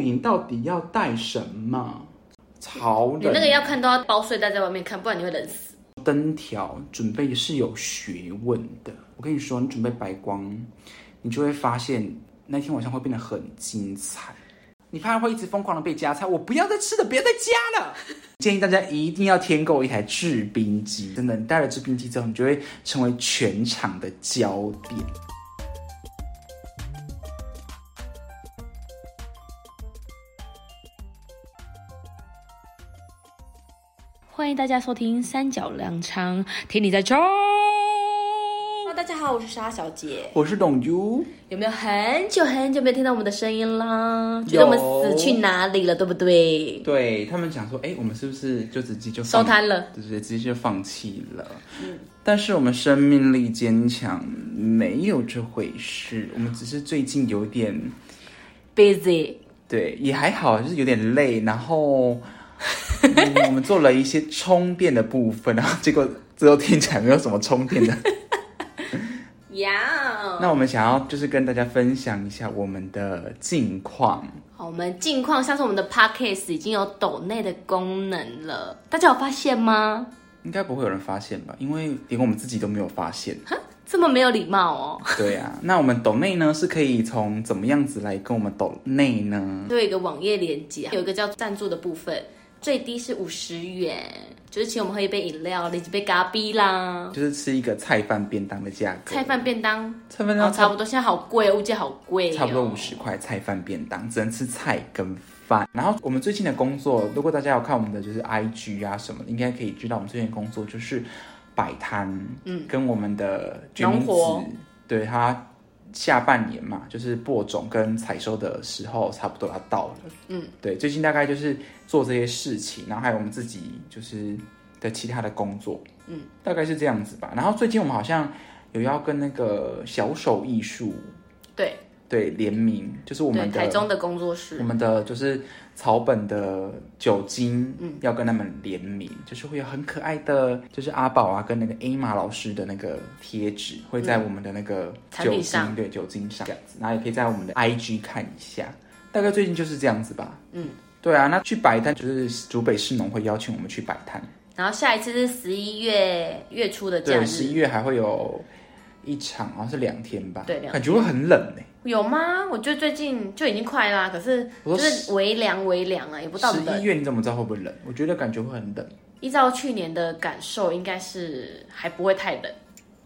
影到底要带什么？潮人你那个要看都要包睡袋在外面看，不然你会冷死。灯条准备是有学问的。我跟你说，你准备白光，你就会发现那天晚上会变得很精彩。你怕会一直疯狂的被加菜，我不要再吃的，不要再加 了。建议大家一定要添购一台制冰机，真的，你带了制冰机之后，你就会成为全场的焦点。欢迎大家收听《三角粮仓》，听你在冲。大家好，我是沙小姐。我是董优，有没有很久很久没有听到我们的声音啦？觉得我们死去哪里了，对不对？对他们讲说，哎，我们是不是就直接就收放摊了，嗯对对，直接就放弃了。但是我们生命力坚强，没有这回事。我们只是最近有点， ，busy。对，也还好，就是有点累。然后、嗯我们做了一些充电的部分，然后结果最后听起来没有什么充电 的。呀、那我们想要就是跟大家分享一下我们的近况。好，我们近况，像是我们的 podcast 已经有抖内的功能了，大家有发现吗？应该不会有人发现吧？因为连我们自己都没有发现。这么没有礼貌哦！ 对啊，那我们抖内呢是可以从怎么样子来跟我们抖内呢？都有一个网页连接，啊有一个叫赞助的部分，最低是五十元，就是请我们喝一杯饮料，你几杯咖啡啦，就是吃一个菜饭便当的价格，菜饭便当，菜饭哦，当差差不多，现在好贵，物价好贵、哦差不多五十。块菜饭便当，只能吃菜跟饭。然后我们最近的工作，如果大家有看我们的就是 IG 啊什么的，应该可以知道我们最近的工作就是摆摊，嗯，跟我们的君农子活，对他下半年嘛，就是播种跟采收的时候差不多要到了，嗯，对，最近大概就是做这些事情，然后还有我们自己就是的其他的工作，嗯，大概是这样子吧。然后最近我们好像有要跟那个小手艺术。对对联名，就是我对，们的台中的工作我室，们的就是草本的酒精，嗯，要跟他们联名，就是会有很可爱的，就是阿宝啊跟那个 A 玛老师的那个贴纸会在我们的那个产酒品精、上对酒精上这样子，然后也可以在我们的 IG 看一下，大概最近就是这样子吧，嗯。对啊，那去摆摊就是竹北市农会邀请我们去摆摊，然后下一次是十一月月初的假对，十一日，月还会有一场，好像是两天吧，对两天感觉会很冷欸呢、有吗？我觉得最近就已经快啦，可是我就说是微凉微凉啊，也不到十一冷。月你怎么知道会不会冷？我觉得感觉会很冷，依照去年的感受，应该是还不会太冷，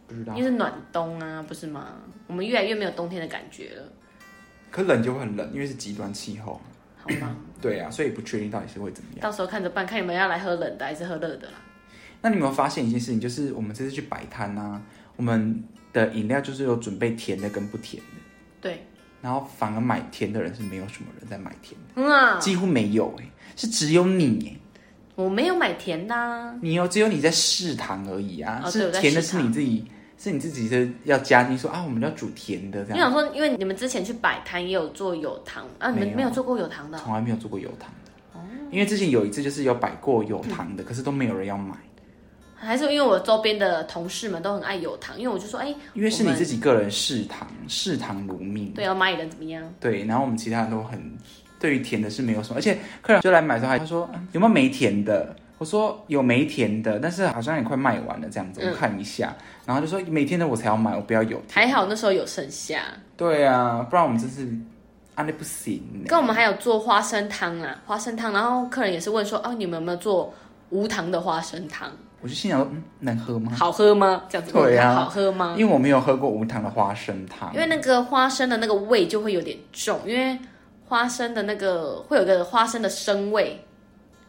不知道因为。是暖冬啊，不是吗？我们越来越没有冬天的感觉了，可冷就会很冷，因为是极端气候。好吗？对啊，所以不确定到底是会怎么样。到时候看着办，看你们要来喝冷的还是喝热的啦。那你有没有发现一件事情，就是我们这次去摆摊啊，我们的饮料就是有准备甜的跟不甜的，对，然后反而买甜的人是没有什么人在买甜的，嗯啊，几乎没有哎、是只有你我没有买甜的、啊哎，，你有只有你在试糖而已啊，哦对是我在甜的试是糖你自己。是你自己的要加进去说啊，我们要煮甜的这我样，想说，因为你们之前去摆摊也有做有糖啊，你们没有没有做过有糖的哦、从来没有做过有糖的。因为之前有一次就是有摆过有糖的，可是都没有人要买，还是因为我周边的同事们都很爱有糖，因为我就说，哎、因为是你我们自己个人嗜糖，嗜糖如命。对啊，蚂蚁人怎么样？对，然后我们其他人都很对于甜的是没有什么，而且客人就来买的时候还他说嗯有没有没甜的？我说有没甜的，但是好像也快卖完了这样子，我看一下，然后就说每天的我才要买，我不要有甜。嗯还好那时候有剩下，对啊，不然我们真是啊那不行呢。跟我们还有做花生汤啊，花生汤，然后客人也是问说，哦、你们有没有做无糖的花生汤？我就心想说，嗯，能喝吗？好喝吗？这样子问他对啊好喝吗？因为我没有喝过无糖的花生汤因，为那个花生的那个味就会有点重，因为花生的那个会有一个花生的生味。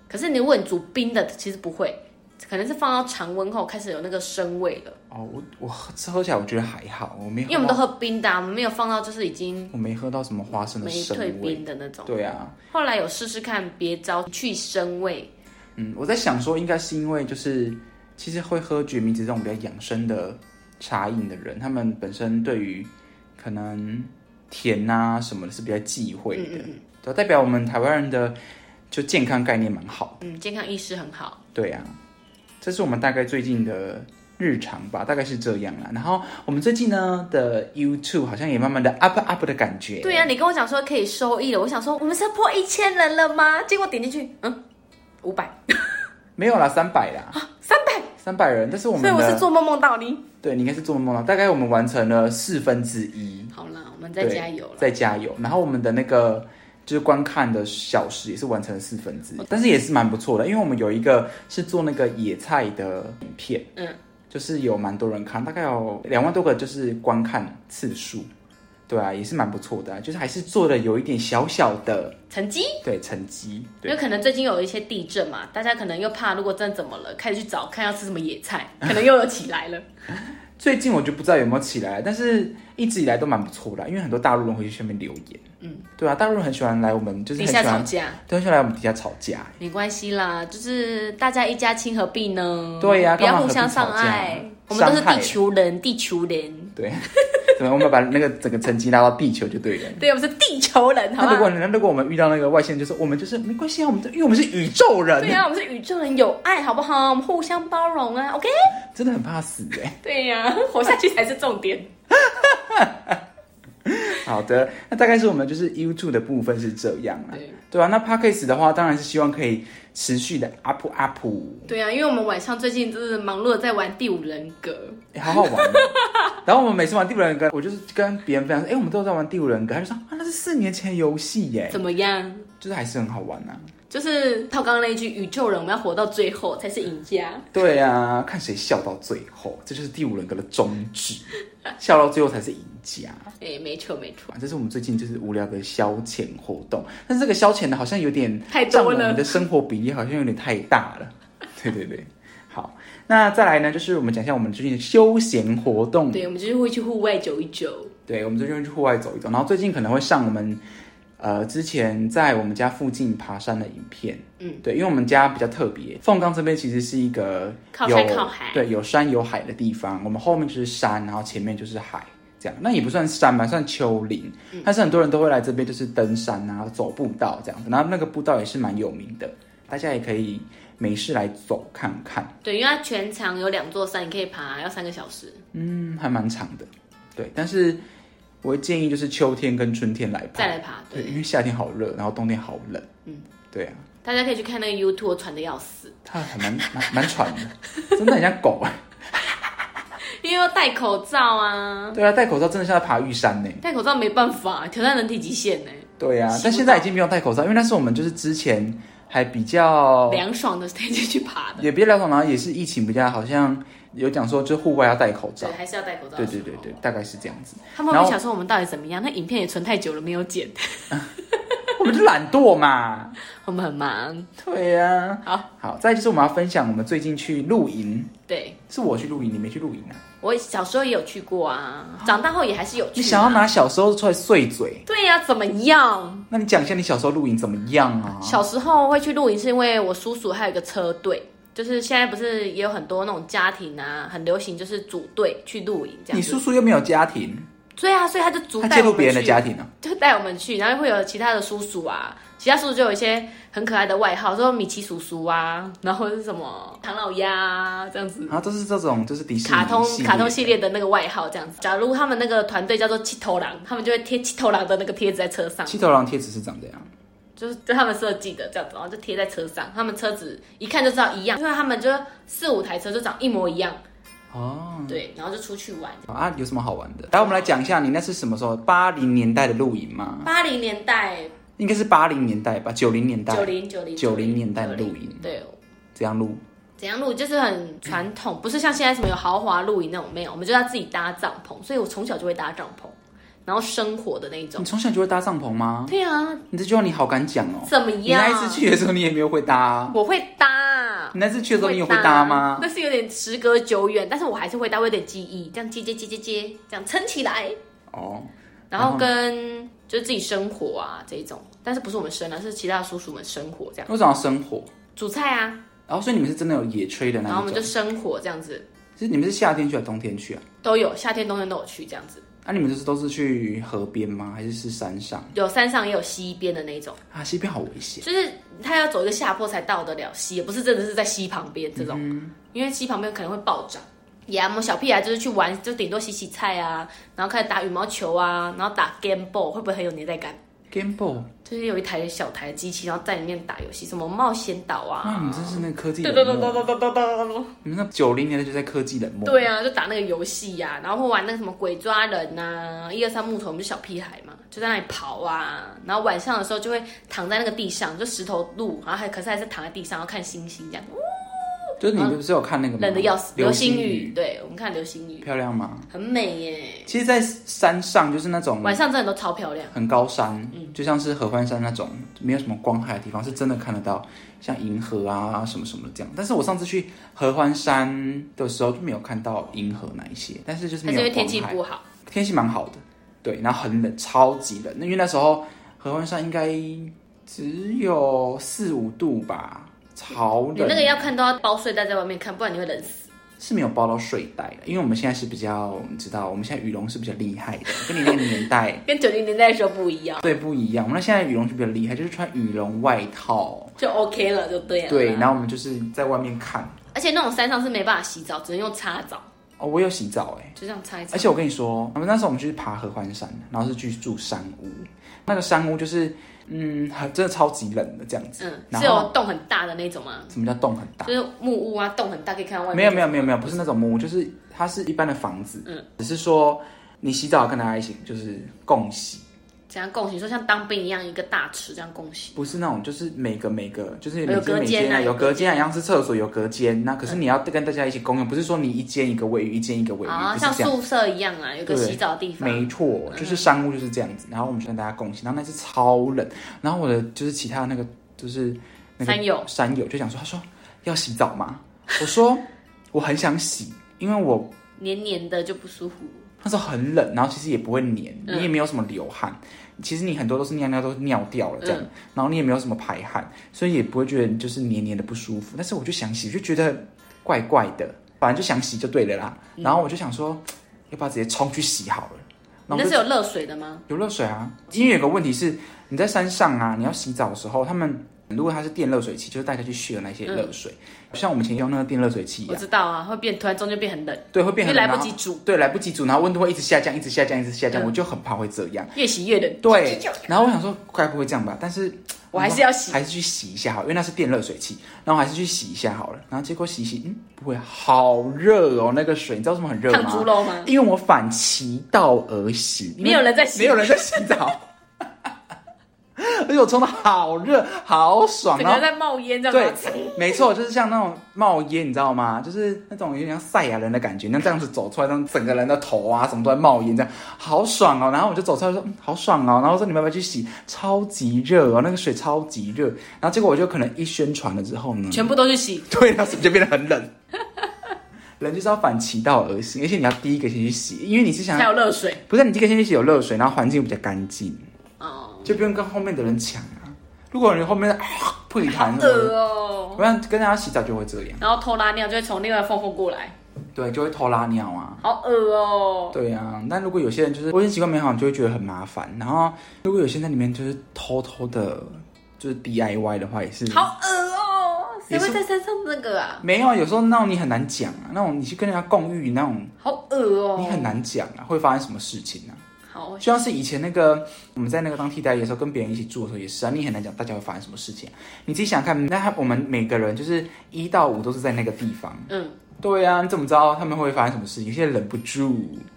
可是你如果你煮冰的，其实不会，可能是放到常温后开始有那个生味了。哦，我我喝喝起来我觉得还好，我没因为我喝们都到，喝冰的啊、我们没有放到就是已经我没喝到什么花生的没生退味。冰的那种。对啊，后来有试试看，别招去生味，嗯，我在想说，应该是因为就是其实会喝决明子这种比较养生的茶饮的人，他们本身对于可能甜啊什么的是比较忌讳嗯的，对，啊代表我们台湾人的就健康概念蛮好。嗯，健康意识很好。对啊，这是我们大概最近的日常吧，大概是这样啦。然后我们最近呢的 YouTube 好像也慢慢的 up up 的感觉。对呀、啊你跟我讲说可以收益了，我想说我们是要破一千人了吗？结果点进去，嗯，五百没有啦，三百啦，啊三百，三百人。但是我们所以我的是做梦梦到你。对你应该是做梦梦到，大概我们完成了四分之一。好啦，我们再对加油了。再加油。然后我们的那个就是观看的小时也是完成了四分哦之一，但是也是蛮不错的，因为我们有一个是做那个野菜的影片，嗯，就是有蛮多人看，大概有两万多个就是观看次数，对啊，也是蛮不错的啊、就是还是做的有一点小小的成绩，对成绩，因对为可能最近有一些地震嘛，大家可能又怕，如果真的怎么了，开始去找看要吃什么野 菜，可能又有起来了。最近我就不知道有没有起来，但是一直以来都蛮不错的啊、因为很多大陆人会去下面留言，嗯，对啊，大陆人很喜欢来我们，就是很底喜下吵欢，架对，很喜欢来我们底下吵架，没关系啦，就是大家一家亲何必呢？对呀不要干嘛互相何必吵伤架害，我们都是伤害地球人，地球人， 对，怎么我们把那个整个成绩拉到地球就对了。对，我们是地球人，好啊那如不果好？那如果我们遇到那个外星人，就是我们就是没关系啊，我们就因为我们是宇宙人，对呀、啊我们是宇宙人，有爱，好不好？我们互相包容啊，OK？真的很怕死哎、对呀、 活下去才是重点。好的，那大概是我们就是 YouTube 的部分是这样啊对，对啊，那 Podcast 的话，当然是希望可以持续的 up up，对啊，因为我们晚上最近就是忙碌的在玩第五人格，哎好好玩、哦。 然后我们每次玩第五人格，我就是跟别人分享说，哎、我们都在玩第五人格，他就说啊，那是四年前的游戏耶，怎么样？就是还是很好玩啊。就是套刚刚那一句，宇宙人我们要活到最后才是赢家。对啊，看谁笑到最后，这就是第五人格的宗旨， 笑到最后才是赢家。哎、没错没错，这是我们最近就是无聊的消遣活动，但是这个消遣的好像有点太占多我们了。的生活比例好像有点太大了。对对对，好，那再来呢，就是我们讲一下我们最近的休闲活动。对，我们就是会去户外走一走。对，我们最近会去户外走一走，然后最近可能会上我们呃之前在我们家附近爬山的影片。嗯，对，因为我们家比较特别，凤冈这边其实是一个靠有山靠海对，有山有海的地方。我们后面就是山，然后前面就是海。这样，那也不算山吧，算丘陵。嗯但是很多人都会来这边，就是登山啊，走步道这样子。然后那个步道也是蛮有名的，大家也可以没事来走看看。对，因为它全长有两座山，你可以爬要三个小时。嗯，还蛮长的。对，但是我会建议就是秋天跟春天来爬再。来爬。对，对，因为夏天好热，然后冬天好冷。嗯，对啊，大家可以去看那个 YouTube，我喘的要死，它还蛮 蛮蛮喘的，真的很像狗啊。因为要戴口罩啊，对啊，戴口罩真的像在爬玉山呢。戴口罩没办法，挑战人体极限呢、对啊洗不，但现在已经不用戴口罩，因为那是我们就是之前还比较凉爽的天气去爬 的，也别聊爽，然后也是疫情比较好像有讲说，就户外要戴口罩对，。还是要戴口罩。对对对对，，大概是这样子。他们然会后想说我们到底怎么样？那影片也存太久了没有剪， 我们就懒惰嘛。我们很忙。对呀、好，好，再来就是我们要分享我们最近去露营，对是我去露营，你没去露营啊？我小时候也有去过啊，长大后也还是有去哦你啊。想要拿小时候出来碎嘴，对呀、怎么样？那你讲一下你小时候露营怎么样啊？小时候会去露营，是因为我叔叔还有一个车队，就是现在不是也有很多那种家庭啊，很流行就是组队去露营这样你子。叔叔又没有家庭，对啊，所以他就组他带介我入们别人的去家庭哦呢、就带我们去，然后会有其他的叔叔啊，其他叔叔就有一些很可爱的外号，说米奇叔叔啊，然后是什么唐老鸭啊这样子啊，，然后都是这种就是迪士尼卡通系列卡通系列的那个外号这样子。假如他们那个团队叫做七头狼，他们就会贴七头狼的那个贴纸在车上，七头狼贴纸是长这样，就是就他们设计的这样子，然后就贴在车上，他们车子一看就知道一样，因为他们就四五台车就长一模一样，哦。对，然后就出去玩。啊，有什么好玩的？来，我们来讲一下，你那是什么时候？八零年代的露营吗？八零年代、应该是八零年代吧，九零年代。九零、九零、 90年代的露营对，这样录，怎样露就是很传统，不是像现在什么有豪华露营那种，没有，我们就要自己搭帐篷，所以我从小就会搭帐篷，然后生活的那一种你。从小就会搭帐篷吗？对啊，你这句话你好敢讲哦。怎么你样？那一次去的时候，你也没有会搭啊。我会搭。你那次去的时候，你有会搭吗？那是有点时隔久远，但是我还是会搭，我有点记忆，这样接接接接接，这样撑起来。哦，然后跟就是自己生活啊这一种，但是不是我们生啊，是其他叔叔们生活这样，为什么要生火？煮菜啊，然后所以你们是真的有野炊的然后那我一们就种？生活这样子，是你们是夏天去还是冬天去啊？都有夏天冬天都有去这样子，那、你们就是都是去河边吗？还是是山上？有山上也有溪边的那一种，啊，西边好危险。就是他要走一个下坡才到得了溪，也不是真的是在溪旁边这种，因为溪旁边可能会暴涨，也啊，我们小屁孩就是去玩，就顶多洗洗菜啊，然后开始打羽毛球啊，然后打 game ball，会不会很有年代感？ Game Boy，就是有一台小台机器，然后在里面打游戏，什么冒险岛哇，啊，你们真是那个科技对冷对对对漠，对对对对对，你们那九零年代就在科技冷漠。对啊，就打那个游戏呀，然后会玩那个什么鬼抓人呐、一二三木头，我们是小屁孩嘛，就在那里刨啊，然后晚上的时候就会躺在那个地上，就石头路，然后还可是还是躺在地上，然后看星星这样，就是你不是有看那个吗嗯冷的要死。流嗯流星雨雨，对我们看流星雨漂亮吗？很美耶，其实，在山上就是那种晚上真的都超漂亮，很高山，嗯就像是合欢山那种没有什么光害的地方，是真的看得到像银河啊什么什么的这样。但是我上次去合欢山的时候就没有看到银河那一些，但是就是还没是有因为光害天气不好，天气蛮好的，对，然后很冷，超级冷。那因为那时候合欢山应该只有四五度吧，超冷。你那个要看都要包睡袋在外面看，不然你会冷死。是没有包到睡袋的，因为我们现在是比较，你知道，我们现在羽绒是比较厉害的，跟你那个年代跟九零年代的时候不一样，对不一样。我们那现在羽绒是比较厉害，就是穿羽绒外套，就 OK 了，就对了。对，然后我们就是在外面看。而且那种山上是没办法洗澡，只能用擦澡，哦，我有洗澡哎、就这样擦一擦。而且我跟你说，我们那时候我们去爬合欢山，然后是去住山屋，那个山屋就是，嗯，很真的超级冷的这样子。嗯，然是后有洞很大的那种吗？什么叫洞很大？就是木屋啊，洞很大，可以看到外面。没有没有没有没有，不是那种木屋，就是它是一般的房子，嗯，只是说你洗澡跟大家一起就是共洗，怎样共洗，说像当兵一样一个大池这样共洗。不是那种就是每个每个就是有每隔间每间间啊啊有有隔隔间啊，一样是厕所有隔间，那可是你要跟大家一起共用，不是说你一间一个卫浴，一间一个卫浴，啊，不像是这样。宿舍一样啊，有个对洗澡的地方。嗯没错，就是商务就是这样子，然后我们就跟大家共享，然后那次超冷，然后我的就是其他的那个就是那个山友山友就想说，他说要洗澡吗？我说我很想洗，因为我黏黏的就不舒服。那时候很冷，然后其实也不会黏，嗯你也没有什么流汗，其实你很多都是尿尿都尿掉哦了这样，嗯然后你也没有什么排汗，所以也不会觉得就是黏黏的不舒服。但是我就想洗，就觉得怪怪的，反正就想洗就对了啦。嗯然后我就想说，要不要直接冲去洗好了？然后你我那是就有热水的吗？有热水啊，因为有个问题是你在山上啊，你要洗澡的时候，他们如果它是电热水器，就是大家去续的那些嗯热水，像我们以前用那个电热水器一我样，知道啊，会变突然中间变很冷，对，会变因为很来冷不及，然煮，后对，来不及煮，然后温度会一直下降，一直下降，一直下降，嗯我就很怕会这样。越洗越冷。对，然后我想说，该不会这样吧？但是我还是要洗还是去洗一下好了，因为那是电热水器，然后还是去洗一下好了。然后结果洗一洗，嗯，不会，好热哦，那个水，你知道为什么很热烫吗猪？肉吗？因为我反其道而行，因为没有人在洗没有人在洗澡， 而且我冲的好热，好爽，整然后个人在冒烟这对样子。，啊没错，就是像那种冒烟，你知道吗？就是那种有点像赛亚人的感觉，那这样子走出来，让整个人的头啊什么都在冒烟，这样好爽哦。然后我就走出来说，嗯，好爽哦。然后我说你们要不要去洗？超级热哦，那个水超级热。然后结果我就可能一宣传了之后呢，全部都去洗，对，然后水就变得很冷。人就是要反其道而行，而且你要第一个先去洗，因为你是想才有热水。不是你这个星期有热水，然后环境比较干净，哦，就不用跟后面的人抢啊。如果你后面啊不理他，恶哦。我想跟大家洗澡就会这样，然后偷拉尿就会从另外一个缝缝过来，对，就会偷拉尿啊。好恶哦、对啊，但如果有些人就是卫生习惯没好，你就会觉得很麻烦。然后如果有些人在里面就是偷偷的，就是 DIY 的话，也是好恶哦、谁也是会在山上那个啊？没有啊。有时候那种你很难讲啊，那种你去跟人家共浴那种，好恶哦、你很。难讲啊，会发生什么事情啊？好，哦就像是以前那个我们在那个当替代役的时候，跟别人一起住的时候也是啊，你很难讲大家会发生什么事情啊、你自己想看，那他我们每个人就是一到五都是在那个地方，嗯对啊，你怎么知道他们会发生什么事？有些人忍不住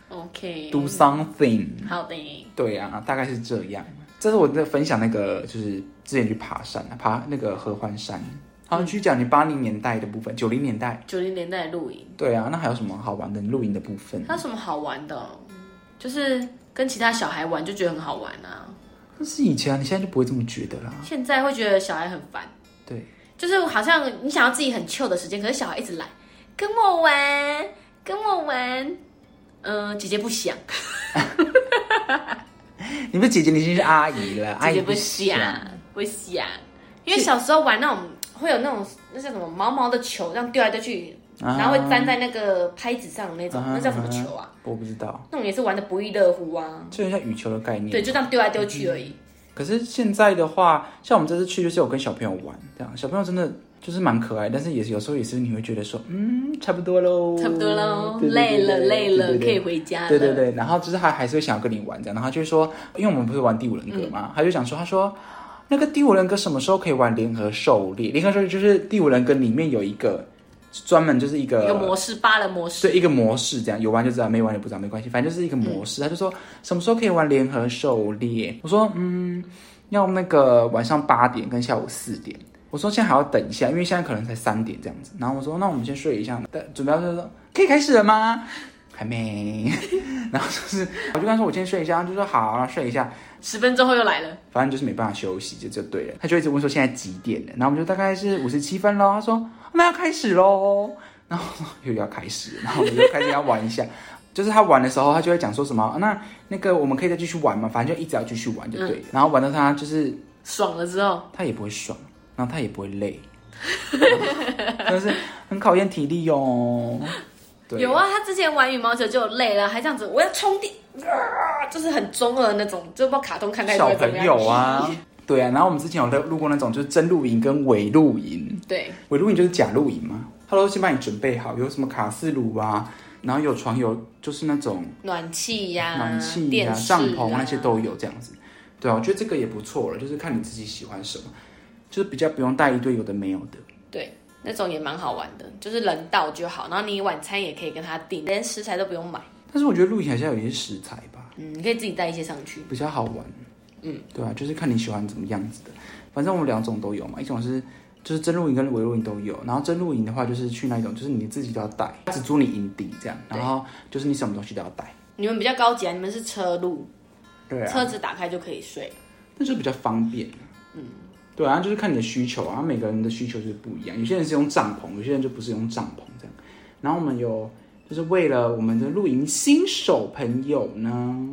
，OK。 ，do something，好的，对啊，大概是这样。这是我在分享那个，就是之前去爬山，爬那个合欢山。好，你去讲你八零年代的部分，九零年代，九零年代的露营，对啊，那还有什么好玩的露营的部分？它有什么好玩的？就是跟其他小孩玩就觉得很好玩啊。但是以前啊，你现在就不会这么觉得啦。现在会觉得小孩很烦，对，就是好像你想要自己很 chill 的时间，可是小孩一直来，跟我玩，跟我玩。嗯、姐姐不想，你不是姐姐，你已经是阿姨了，阿姨姐姐不想想。，不想，因为小时候玩那种会有那种那叫什么毛毛的球，这样丢来丢去，啊然后会粘在那个拍子上的那种，啊那叫什么球啊？我不知道，那种也是玩的不亦乐乎啊。这很像羽球的概念。对，就这样丢来丢去而已。可是现在的话，像我们这次去就是有跟小朋友玩，这样小朋友真的就是蛮可爱，但是也是有时候也是你会觉得说，嗯，差不多喽，差不多喽，对累了累了，可对对对对以。对对回家了。对对对，然后就是他还是会想要跟你玩这样，然后他就说，因为我们不是玩第五人格嘛，他就想说，他说那个第五人格什么时候可以玩联合狩猎？联合狩猎就是第五人格里面有一个专门就是一个一个模式，扒了模式，嗯所以一个模式这样，有玩就知道，没玩也不知道，没关系，反正就是一个模式。他就说什么时候可以玩联合狩猎？我说嗯，要那个晚上八点跟下午四点。我说现在还要等一下，因为现在可能才三点这样子。然后我说那我们先睡一下，但准备要睡说可以开始了吗？还没。 然后就是我就跟他说我先睡一下，他就说好，然后睡一下。十分钟后又来了，反正就是没办法休息，这就对了。他就一直问说现在几点了，然后我们就大概是五十七分喽。他说哦那要开始喽，然后我说又要开始，然后我们就开始要玩一下。 就是他玩的时候，他就会讲说什么，啊那那个我们可以再继续玩嘛，反正就一直要继续玩就对了。嗯然后玩到他就是爽了之后，他也不会爽，然后他也不会累， 但是很考验体力 哦。对，有啊，他之前玩羽毛球就累了，还这样子，我要充电，啊就是很中二的那种，就不知道卡通看太多小会怎朋么样友啊，对啊。然后我们之前有录录过那种就是真露营跟伪露营。对，伪露营就是假露营嘛，他都先帮你准备好，有什么卡式炉啊，然后有床有就是那种暖气呀、暖气电啊、视帐篷那些都有这样子。对啊，我觉得这个也不错了，就是看你自己喜欢什么，就是比较不用带一堆有的没有的。对，那种也蛮好玩的，就是人到就好，然后你晚餐也可以跟他订，连食材都不用买，但是我觉得露营还是要有一些食材吧，嗯，你可以自己带一些上去。比较好玩。嗯，对啊，就是看你喜欢怎么样子的。反正我们两种都有嘛，一种是就是真露营跟伪露营都有。然后真露营的话，就是去那一种，就是你自己都要带，只租你营地这样，然后就是你什么东西都要带。你们比较高级啊，你们是车路，对啊，车子打开就可以睡了。那就比较方便。嗯，对啊，就是看你的需求啊，每个人的需求就是不一样。有些人是用帐篷，有些人就不是用帐篷这样。然后我们有就是为了我们的露营新手朋友呢，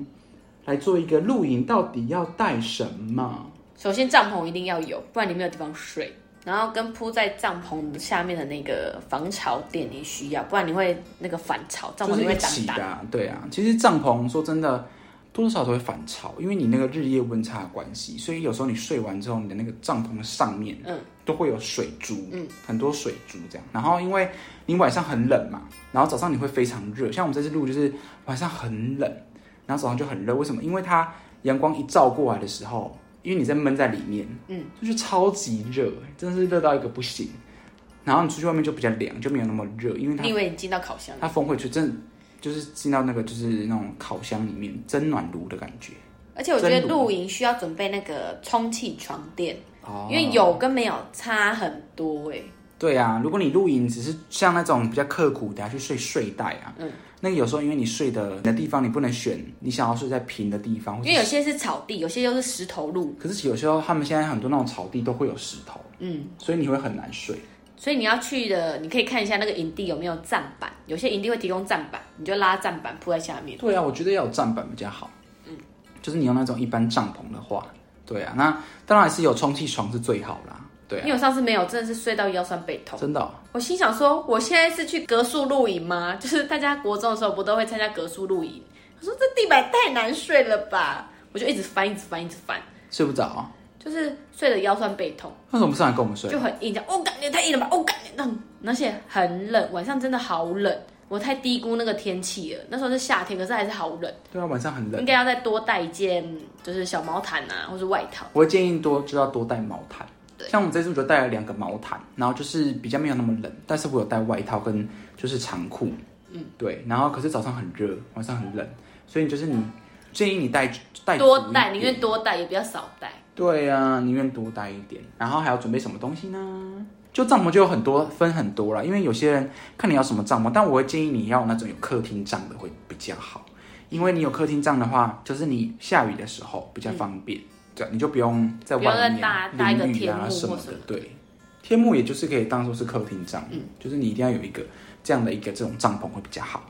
来做一个露营到底要带什么？首先帐篷一定要有，不然你没有地方睡。然后跟铺在帐篷下面的那个防潮垫你需要，不然你会那个反潮，帐就篷是就会一长起的、大。啊，对啊。其实帐篷说真的。多多少少都会反潮，因为你那个日夜温差的关系，所以有时候你睡完之后，你的那个帐篷上面，嗯，都会有水珠，嗯，很多水珠这样。然后因为你晚上很冷嘛，然后早上你会非常热，像我们这次录就是晚上很冷，然后早上就很热。为什么？因为它阳光一照过来的时候，因为你在闷在里面，嗯，就是超级热，真的是热到一个不行。然后你出去外面就比较凉，就没有那么热，因为它因为你进到烤箱里，它风会去真的就是进到那个就是那种烤箱里面蒸暖炉的感觉。而且我觉得真的露营需要准备那个充气床垫，哦因为有跟没有差很多哎、对啊，如果你露营只是像那种比较刻苦的、啊、去睡睡袋啊，嗯，那个有时候因为你睡的你的地方你不能选你想要睡在平的地方，或因者为有些是草地，有些又是石头路，可是有时候他们现在很多那种草地都会有石头，嗯，所以你会很难睡。所以你要去的，你可以看一下那个营地有没有站板，有些营地会提供站板，你就拉站板铺在下面。对啊，我觉得要有站板比较好，嗯，就是你用那种一般帐篷的话，对啊，那当然是有充气床是最好啦，对啊因为我上次没有，真的是睡到腰酸背痛。真的哦、我心想说，我现在是去格数露营吗？ 就是大家国中的时候不都会参加格数露营？我说这地板太难睡了吧，我就一直翻，一直翻，一直翻，睡不着啊、就是睡得腰酸背痛，为什么不上来跟我们睡？就很硬，这样哦，感觉太硬了吧，哦，感觉嗯，而且很冷，晚上真的好冷，我太低估那个天气了。那时候是夏天，可是还是好冷，对啊，晚上很冷应，该要再多带一件就是小毛毯啊，或是外套。我会建议多就要多带毛毯。像我们这次我就带了两个毛毯，然后就是比较没有那么冷，但是我有带外套跟就是长裤，嗯，对。然后可是早上很热，晚上很冷，所以就是你建议你带带足多一带，宁点愿多带，也不要少带。对啊，宁愿多带一点。然后还要准备什么东西呢？就帐篷就有很多分很多啦，因为有些人看你要什么帐篷，但我会建议你要那种有客厅帐的会比较好，因为你有客厅帐的话，就是你下雨的时候比较方便，对，你就不用在不用外再搭搭一面个淋雨啊天幕什么或什的么，对。天幕也就是可以当做是客厅帐，嗯，就是你一定要有一个这样的一个这种帐篷会比较好，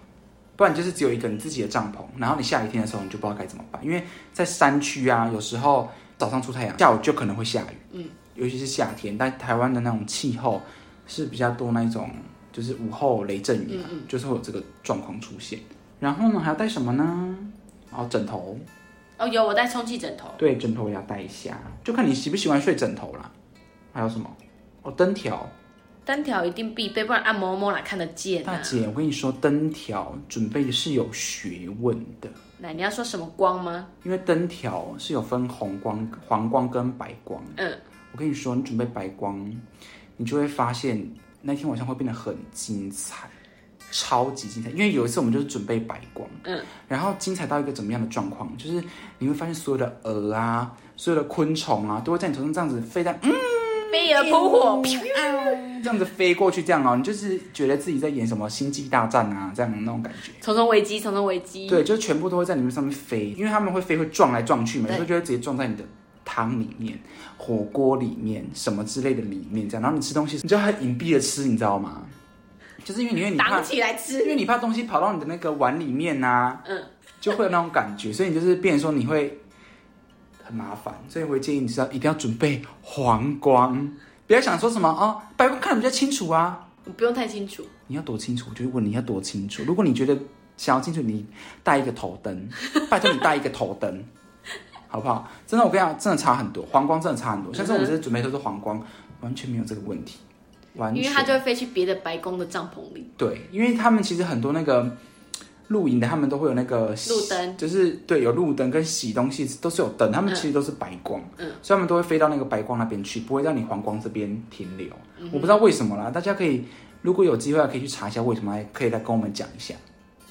不然就是只有一个你自己的帐篷，然后你下雨天的时候你就不知道该怎么办，因为在山区啊，有时候早上出太阳，下午就可能会下雨。嗯，尤其是夏天，但台湾的那种气候是比较多那种，就是午后雷阵雨、啊，哦就是会有这个状况出现。然后呢，还要带什么呢？然后枕头，哦，有我带充气枕头，对，枕头也要带一下，就看你喜不喜欢睡枕头啦。还有什么？哦，灯条。单条一定必备，不然按摩摸哪看得见大啊？姐，我跟你说，灯条准备的是有学问的，来，你要说什么光吗？因为灯条是有分红光、黄光跟白光。嗯，我跟你说，你准备白光，你就会发现那天晚上会变得很精彩，超级精彩。因为有一次我们就是准备白光，嗯，然后精彩到一个怎么样的状况，就是你会发现所有的蛾啊、所有的昆虫啊，都会在你头上这样子飞在，嗯，飞蛾扑火，啪这样子飞过去，这样哦，你就是觉得自己在演什么星际大战啊，这样那种感觉。重重危机，重重危机。对，就是全部都会在你们上面飞，因为他们会飞，会撞来撞去嘛，有对时候就会直接撞在你的汤里面、火锅里面什么之类的里面这样。然后你吃东西，你就很隐蔽的吃，你知道吗？就是因为你因为你怕挡，起来吃因。为你怕东西跑到你的那个碗里面呐、嗯，就会有那种感觉，所以你就是变成说你会很麻烦，所以我会建议你是要一定要准备黄光，不要想说什么哦，白光看得比较清楚啊，你不用太清楚，你要多清楚，我就会问你要多清楚。如果你觉得想要清楚，你带一个头灯，拜托你带一个头灯，好不好？真的，我跟你讲，真的差很多，黄光真的差很多。像是我们这次准备都是黄光，完全没有这个问题，完因全为它就会飞去别的白宫的帐篷里。对，因为他们其实很多那个露营的，他们都会有那个路灯就是对，有路灯跟洗东西都是有灯，他们其实都是白光，嗯，所以他们都会飞到那个白光那边去，不会让你黄光这边停留。嗯我不知道为什么啦，大家可以如果有机会可以去查一下为什么，还可以来跟我们讲一下。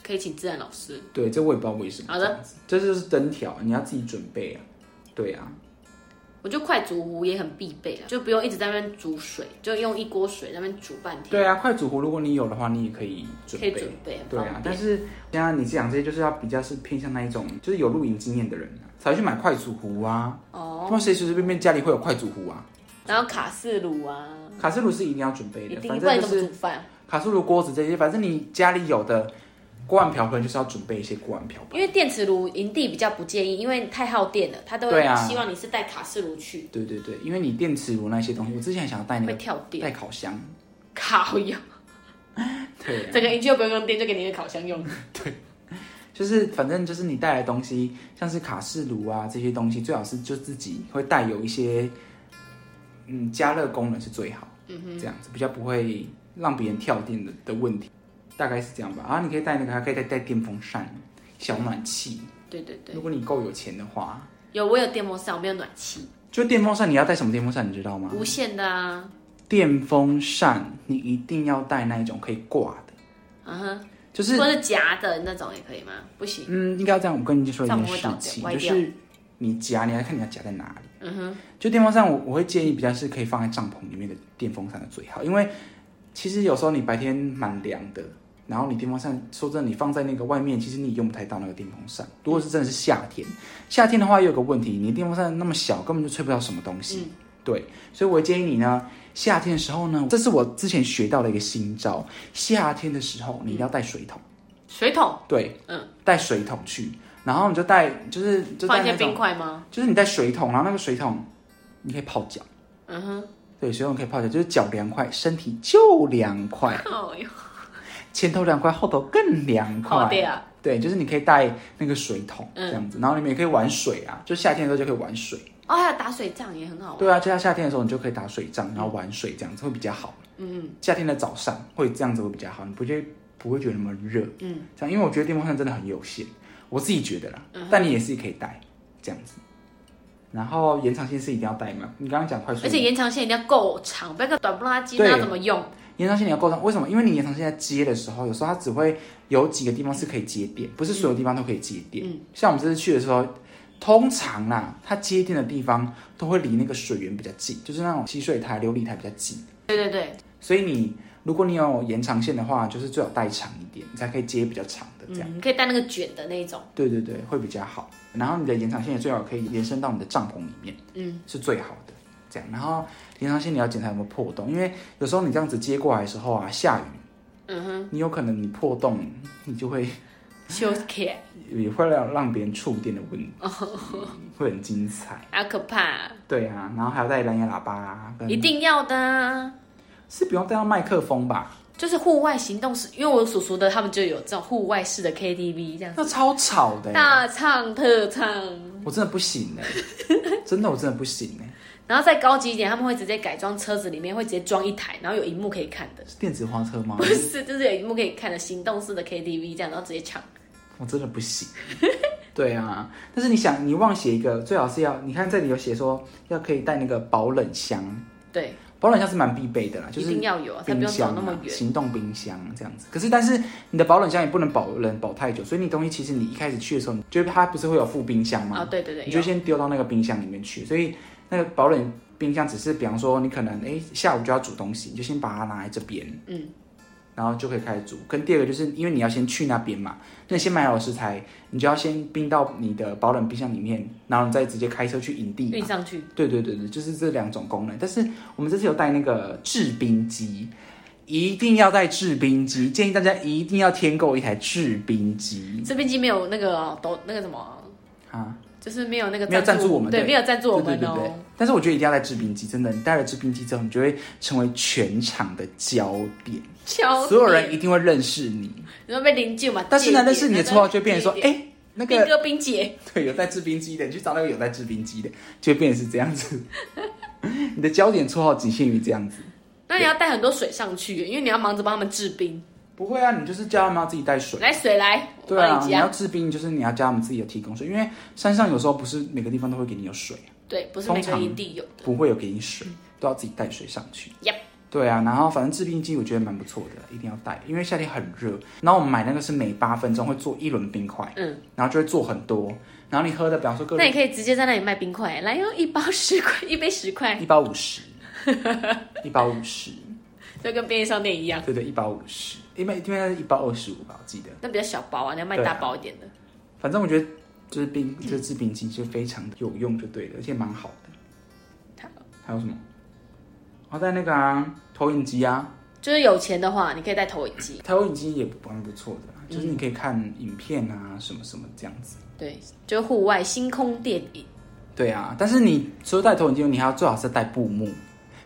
可以请自然老师。对，这我也不知道为什么。好的这样子，这就是灯条，你要自己准备啊。对啊，我觉得快煮壶也很必备啊，就不用一直在那边煮水，就用一锅水在那边煮半天，对啊，快煮壶如果你有的话，你也可以准可以备。准备，很对方啊便。，但是现在你讲这些，就是要比较是偏向那一种，就是有露营经验的人、啊、才会去买快煮壶啊。哦，他们谁随随便便家里会有快煮壶啊？然后卡式炉啊，卡式炉是一定要准备一的，定反不正然你就怎么是煮饭？卡式炉、锅子这些，反正你家里有的锅碗瓢盆就是要准备一些锅碗瓢盆。因为电磁炉营地比较不建议，因为太耗电了，他都对会啊希望你是带卡式炉去，对对对，因为你电磁炉那些东西，我之前想要带那会个跳电。带烤箱，烤油，对、啊，整个营区又不用用电，就给你一个烤箱用。就是反正就是你带来的东西，像是卡式炉啊这些东西，最好是就自己会带有一些，嗯，加热功能是最好，嗯哼，这样子比较不会让别人跳电的的问题，大概是这样吧。啊，你可以带那个，还可以带带电风扇、小暖气，对对对如，果你够有钱的话，有我有电风扇，我没有暖气，就电风扇，你要带什么电风扇，你知道吗？无线的啊，电风扇你一定要带那一种可以挂的，嗯哼，就是或者是夹的那种也可以吗？不行，嗯，应该要这样。我跟你说一这样件不会事倒掉情，歪就掉是你夹，你要看你要夹在哪里。嗯哼，就电风扇我，我会建议比较是可以放在帐篷里面的电风扇的最好，因为其实有时候你白天蛮凉的，然后你电风扇说真的，你放在那个外面，其实你也用不太到那个电风扇。如果是真的是夏天，夏天的话又有个问题，你电风扇那么小，根本就吹不到什么东嗯西。对，所以我建议你呢，夏天的时候呢，这是我之前学到的一个新招，夏天的时候你一定要带水桶，嗯水桶对，嗯，带水桶去，然后你就带就是就放带一那些种冰，块吗？就是你带水桶，然后那个水桶你可以泡脚。嗯哼，对，水桶可以泡脚，就是脚凉快，身体就凉快， 哦哟，前头凉快，后头更凉快。哦对啊，对，就是你可以带那个水桶嗯这样子，然后你们也可以玩水啊，就夏天的时候就可以玩水。哦还有打水仗也很好玩，对啊，就像夏天的时候，你就可以打水仗，然后玩水，这样子会比较好。嗯，夏天的早上会这样子会比较好，你不会不会觉得那么热。嗯，这样，因为我觉得电风扇真的很有限，我自己觉得啦，但你也是可以带这样子。然后延长线是一定要带嘛，你刚刚讲快速，而且延长线一定要够长，不要个短不拉几，对那要怎么用？延长线你要够长，为什么？因为你延长线在接的时候，有时候它只会有几个地方是可以接电，不是所有地方都可以接电。嗯像我们这次去的时候，通常啦，它接电的地方都会离那个水源比较近，就是那种吸水台、琉璃台比较近。对对对，所以你如果你有延长线的话，就是最好带长一点，你才可以接比较长的这样。嗯，你可以带那个卷的那一种，对对对，会比较好。然后你的延长线也最好可以延伸到你的帐篷里面。嗯，是最好的。这样，然后延长线你要检查有没有破洞，因为有时候你这样子接过来的时候啊，下雨，嗯哼，你有可能你破洞，你就会修起来，也会让让别人触电的问题，会很精彩。好可怕啊，对啊，然后还要带蓝牙喇叭、啊，跟一定要的啊，是不用带到麦克风吧？就是户外行动式，因为我叔叔的他们就有这种户外式的 KTV 这样，那超吵的、欸，大唱特唱，我真的不行哎、真的我真的不行哎、然后再高级一点，他们会直接改装车子里面会直接装一台，然后有荧幕可以看的，是电子花车吗不？是就是有荧幕可以看的行动式的 KTV 这样，然后直接唱。我真的不行。 对啊，但是你想，你忘写一个，最好是要，你看这里有写说要可以带那个保冷箱，对，保冷箱是蛮必备的啦，就一是定要有啊，才不冰用走箱、那啊么、远。行动冰箱这样子。可是，但是你的保冷箱也不能保冷保太久，所以你东西其实你一开始去的时候，你就是它不是会有副冰箱吗？啊，对对对，你就有先丢到那个冰箱里面去。所以那个保冷冰箱只是，比方说你可能诶下午就要煮东西，你就先把它拿来这边，嗯，然后就可以开始煮。跟第二个就是因为你要先去那边嘛，那你先买好食材，你就要先冰到你的保冷冰箱里面，然后你再直接开车去营地运嘛。上去，对对对对，就是这两种功能。但是我们这次有带那个制冰机。一定要带制冰机，建议大家一定要添购一台制冰机这边机没有那个哦都那个什么，啊！就是没有那个没有赞助我们对，对没有赞助我们对对对对哦。但是我觉得一定要带制冰机，真的，你带了制冰机之后，你就会成为全场的焦点，敲所有人一定会认识你。你说被邻居嘛，但是呢，借点认识你的绰号就会变成借说，点哎、那兵个哥冰姐，对有带制冰机的，你去找那个有带制冰机的，就会变成是这样子。你的焦点绰号仅限于这样子。那你要带很多水上去，因为你要忙着帮他们治冰。不会啊，你就是叫他们要自己带水。来水来，我对啊帮，你你要加。制冰，就是你要叫他们自己的提供水，因为山上有时候不是每个地方都会给你有水。对，不是每通个常营地有。不会有给你水，都要自己带水上去。嗯 Yep 对啊，然后反正制冰机我觉得蛮不错的，一定要带，因为夏天很热。然后我们买那个是每八分钟会做一轮冰块，嗯，然后就会做很多。然后你喝的，比方说各那你可以直接在那里卖冰块，来用一包十块，一杯十块， 一包五十，一包五十，就跟便利商店一样。对对，一包五十，因为因为那是一包二十五吧，我记得。那比较小包啊，你要卖对啊大包一点的。反正我觉得就是冰，嗯就是制冰机就非常的有用，就对了，而且蛮好的。好还有什么？我带那个啊，投影机啊，就是有钱的话，你可以带投影机。台湾已经也蛮不错的啦，啊就是你可以看影片啊，什么什么这样子。对，就是户外星空电影。对啊，但是你除了带投影机，你还要最好是带布幕，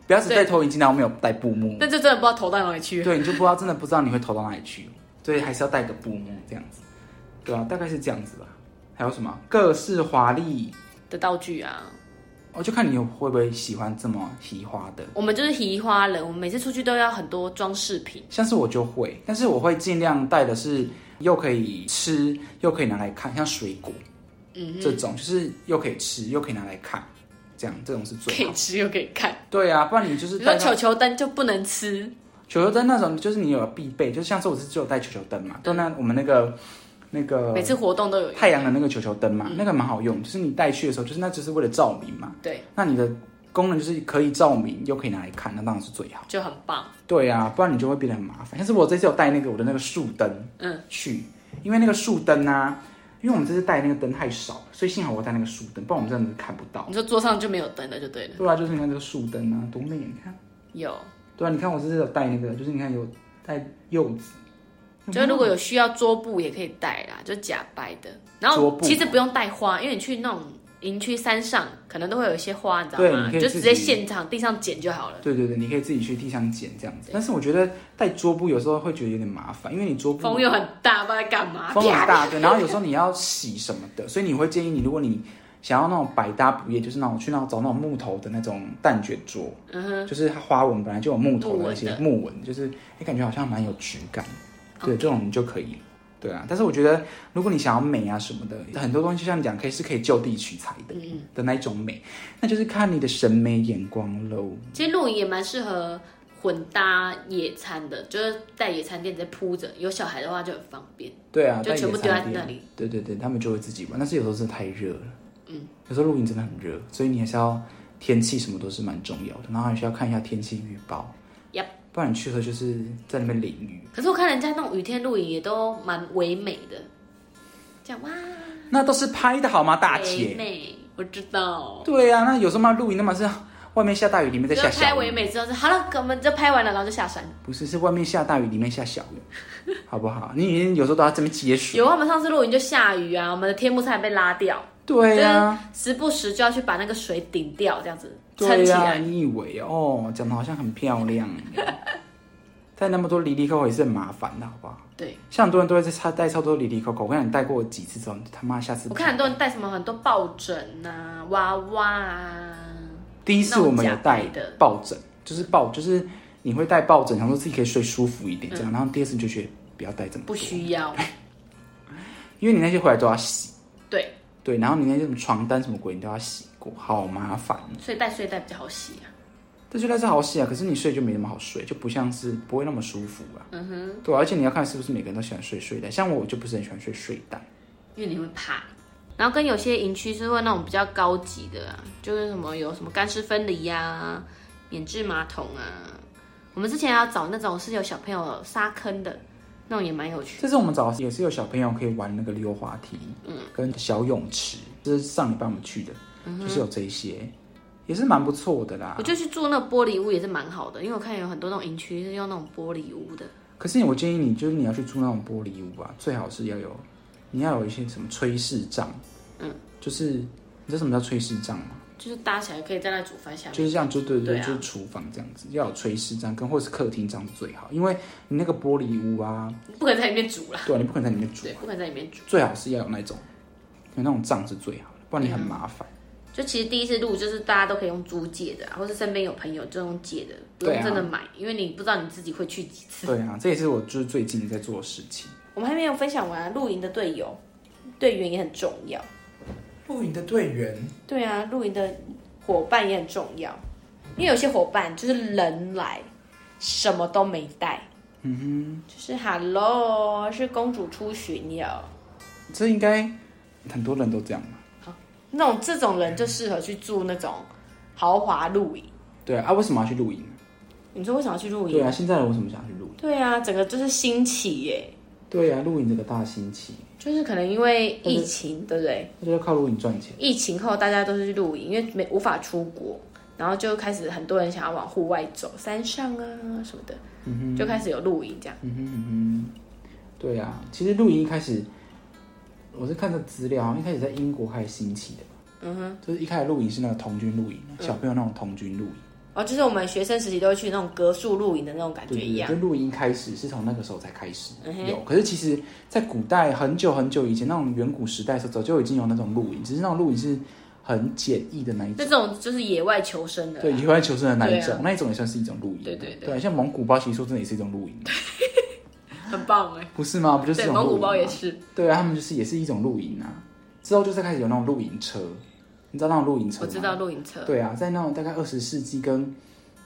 不要只带投影机，然后没有带布幕，但就真的不知道投到哪里去。对，你就不知道真的不知道你会投到哪里去，所以还是要带个布幕这样子。对啊，大概是这样子吧。还有什么各式华丽，的道具啊，我、就看你会不会喜欢这么奇花的。我们就是移花人，我们每次出去都要很多装饰品。像是我就会，但是我会尽量带的是又可以吃又可以拿来看，像水果，嗯，这种就是又可以吃又可以拿来看，这样这种是可最以好。吃又可以看，对啊，不然你就是你说带那球球灯就不能吃，球球灯那种，就是你有必备，就像是我是只有带球球灯嘛，就那我们那个那个每次活动都有。太阳的那个球球灯嘛，那个蛮好用，就是你带去的时候，就是那只是为了照明嘛，对，那你的功能就是可以照明又可以拿来看，那当然是最好。就很棒。对啊，不然你就会变得很麻烦。像是我这次有带那个我的那个树灯，嗯，去，因为那个树灯啊，因为我们这次带那个灯太少了，所以幸好我带那个树灯，不然我们真的是看不到。你说桌上就没有灯了，就对了。对啊，就是你看这个树灯啊，多美！你看，有，对啊，你看我这次有带那个，就是你看有带柚子，就是如果有需要桌布也可以带啦，就假掰的。然桌后布其实不用带花，因为你去那种营区山上，可能都会有一些花，你知道对吗？你可以就自直接己现场地上捡就好了。对对对，你可以自己去地上捡这样子。但是我觉得带桌布有时候会觉得有点麻烦，因为你桌布风又很大，不知道在干嘛。风很啪大，对，然后有时候你要洗什么的，所以你会建议你，如果你想要那种百搭不厌，就是那种去那种找那种木头的那种蛋卷桌，嗯就是它花纹本来就有木头的那些木纹的木纹，就是你感觉好像蛮有质感，对，这种你就可以了。对啊，但是我觉得，如果你想要美啊什么的，很多东西就像你讲，可以是可以就地取材的、嗯的那一种美，那就是看你的审美眼光喽。其实露营也蛮适合混搭野餐的，就是带野餐垫直接铺着，有小孩的话就很方便。对啊，就但全部野丢在餐垫那里。对对对，他们就会自己玩，但是有时候真的太热了。嗯，有时候露营真的很热，所以你还是要天气什么都是蛮重要的，然后还需要看一下天气预报。 Yep 不然你去的时候就是在那边淋雨。可是我看人家那种雨天露营也都蛮唯美的，讲哇，那都是拍的好吗，大唯姐？美，我知道。对啊，那有时候嘛露营，那么是外面下大雨，里面在就下拍小唯雨。美之后是好了，我们就拍完了，然后就下山。不是，是外面下大雨，里面下小雨，好不好？你有时候都要这么接 水。有啊，我们上次露营就下雨啊，我们的天幕差点被拉掉，对啊，时不时就要去把那个水顶掉，这样子撑对啊起呀、来。 你以为哦，讲的好像很漂亮，带那么多离离扣扣也是很麻烦的，好不好？对，像很多人都会在差带超多离离扣扣，我跟你讲，你带过几次之后，你他妈下次我看很多人带什么很多抱枕呐、娃娃啊，第一次我们有带那种假背的抱枕，就是抱，就是你会带抱枕，想说自己可以睡舒服一点这样，然后第二次你就觉得不要带这么嗯不多，需要。因为你那些回来都要洗，对，对，然后你那些什么床单什么鬼你都要洗过，好麻烦哦。所以带睡袋比较好洗啊。这睡袋是好洗啊，可是你睡就没那么好睡，就不像是不会那么舒服啊。嗯哼，对，而且你要看是不是每个人都喜欢睡睡袋，像我我就不是很喜欢睡睡袋。因为你会怕。然后跟有些营区是会那种比较高级的啊，就是什么有什么干湿分离呀、免治马桶啊。我们之前要找那种是有小朋友沙坑的，那种也蛮有趣这次我们找的也是有小朋友可以玩那个溜滑梯，嗯，跟小泳池，这是上礼拜我们去的，嗯就是有这一些，也是蛮不错的啦我。就去住那玻璃屋也是蛮好的，因为我看有很多那种营区是用那种玻璃屋的，可是我建议你，就是你要去住那种玻璃屋啊，最好是要有，你要有一些什么炊事帐，嗯，就是你知道什么叫炊事帐吗？就是搭起来可以在那煮饭下就面。是这样，就对对，对啊就是厨房这样子，要有炊事这样，跟或是客厅这样子最好，因为你那个玻璃屋 啊，不可能在里面煮啦，对啊、你不可能在里面煮对，，不可能在里面煮。最好是要有那种有那种帐是最好的，不然你嗯很麻烦。就其实第一次录就是大家都可以用租借的、啊，或是身边有朋友就用借的，不对用啊真的买，因为你不知道你自己会去几次。对啊，这也是我就是最近在做的事情。我们还没有分享完露营的队友，队员也很重要。露营的队员，对啊，露营的伙伴也很重要，因为有些伙伴就是人来，什么都没带，嗯哼，就是 Hello，是公主出巡游，这应该很多人都这样吧？那种这种人就适合去住那种豪华露营。对啊，啊为什么要去露营？你说为什么要去露对营？啊，现在我为什么想去露营？对啊，整个就是兴起耶，对啊，露营这个大兴起，就是可能因为疫嗯情，对不对？那就要靠露营赚钱。疫情后大家都是去露营，因为没无法出国，然后就开始很多人想要往户外走，山上啊什么的，嗯就开始有露营这样。对啊，其实露营一开始，我是看着资料，好像一开始在英国开始兴起的吧。嗯哼，就是一开始露营是那个童军露营，小朋友那种童军露营，哦，就是我们学生时期都会去那种格树露营的那种感觉对一对样。对，就露营开始是从那个时候才开始嗯有。可是其实，在古代很久很久以前，那种远古时代的时候，早就已经有那种露营，只是那种露营是很简易的那一就种这，种就是野外求生的啦，对，野外求生的那一种，对啊那一种也算是一种露营。对对对对啊，像蒙古包其实说真的也是一种露营，很棒哎、不是吗？不就是一对，种蒙露古营包也吗是，对啊，他们就是也是一种露营啊。之后就是开始有那种露营车，你知道那种露营车我吗？知道露营车，对啊，在那种大概二十世纪跟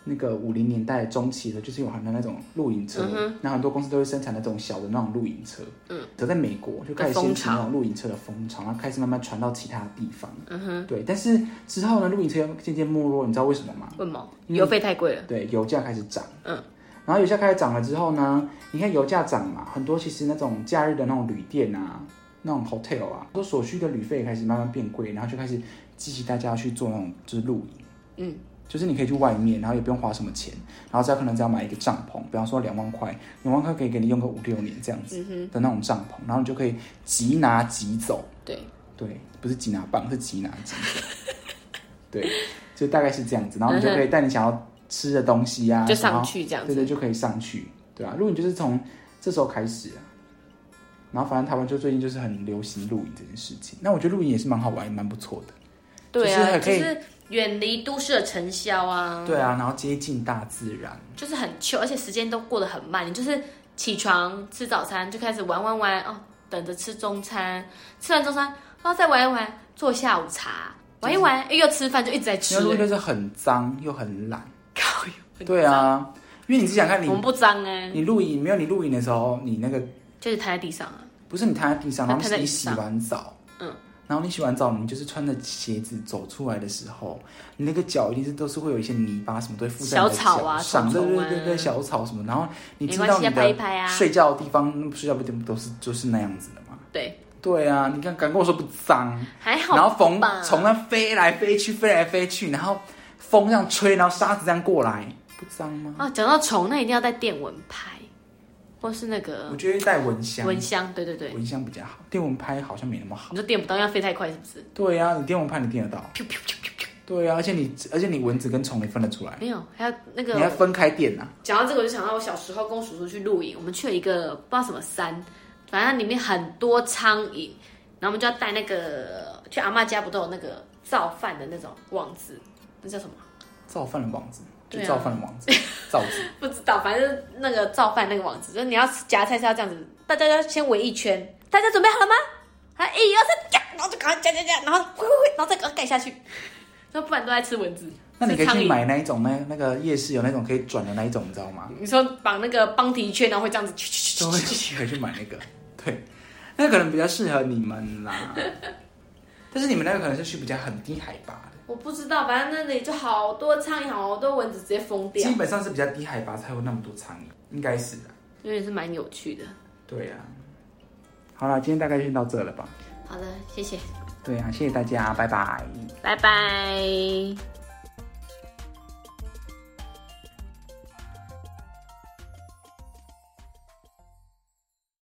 那个五零年代中期的，就是有很多那种露营车，然后很多公司都会生产那种小的那种露营车。嗯，可在美国就开始掀起那种露营车的风潮，然后开始慢慢传到其他地方。嗯哼，对。但是之后呢，露营车又渐渐没落，你知道为什么吗？问毛油费太贵了，对，油价开始涨。嗯。然后油价开始涨了之后呢，你看油价涨嘛，很多其实那种假日的那种旅店啊，那种 hotel 啊，都所需的旅费开始慢慢变贵，然后就开始激起大家要去做那种就是露营。嗯。就是你可以去外面，然后也不用花什么钱，然后只要可能只要买一个帐篷，比方说两万块，两万块可以给你用个五六年这样子的那种帐篷，然后你就可以即拿即走。对，对，不是吉拿棒，是吉拿鸡。 对，就大概是这样子，然后你就可以带你想要吃的东西啊，嗯就然后上去这样对子。对，就可以上去，对啊。露营就是从这时候开始啊，然后反正台湾就最近就是很流行露营这件事情。那我觉得露营也是蛮好玩，蛮不错的。对就是啊，还可就以是远离都市的尘嚣啊，对啊，然后接近大自然，就是很糗，而且时间都过得很慢。你就是起床吃早餐就开始玩玩玩哦，等着吃中餐，吃完中餐然后再玩一玩，做下午茶，玩一玩哎又要吃饭，就一直在因吃为。露营就是很脏又很懒。 靠哟对，啊，因为你只想看你我们不脏哎、你露营，没有你露营的时候，你那个就是躺在地上啊，不是你躺在地上，他然后躺在你椅洗上完澡，嗯，然后你洗完澡，你就是穿着鞋子走出来的时候，你那个脚一定是都是会有一些泥巴什么都会附在你的小草啊脚上，虫对虫对啊对对，小草什么，然后你没知关道系你啊，拍一的拍啊。睡觉的地方，那睡觉不都是就是那样子的嘛？对，对啊，你敢敢跟我说不脏？还哎好吧。啊然后风从那飞来飞去，飞来飞去，然后风这样吹，然后沙子这样过来，不脏吗？啊，讲到虫，那一定要带电蚊拍，或是那个我觉得带蚊香，嗯蚊香。对对对，蚊香比较好，电蚊拍好像没那么好。你说电不到，因为它飞太快是不是？对呀、你电蚊拍你电得到，对啊，而且你而且你蚊子跟虫你分得出来，没有，还有那你要个分开点啊。讲到这个，我就想到我小时候跟我叔叔去露营，我们去了一个不知道什么山，反正里面很多苍蝇，然后我们就要带那个去阿妈家，不都有那个造饭的那种网子，那叫什么？造饭的网子，就对啊造饭的网子，造子。 不知道，反正那个造饭那个网子，就是你要夹菜是要这样子，大家要先围一圈，大家准备好了吗？啊，一二三，夹，然后就赶快夹夹夹，然后挥挥挥，然后再赶快盖下去，说不然都在吃蚊子。那你可以吃苍去蝇买那一种，那那个夜市有那种可以转的那一种，你知道 吗？你说绑那个邦迪圈，然后会这样子， 就会可以去买那个，对，那可能比较适合你们啦。 但是你们那个可能是去比较很低海拔的，我不知道，反正那里就好多苍蝇，好多蚊子，直接疯掉基，本上是比较低海拔才有那么多苍蝇，应该是的、因为是蛮有趣的。对啊。好了，今天大概就先到这了吧？好的，谢谢，对啊，谢谢大家，拜拜。拜拜。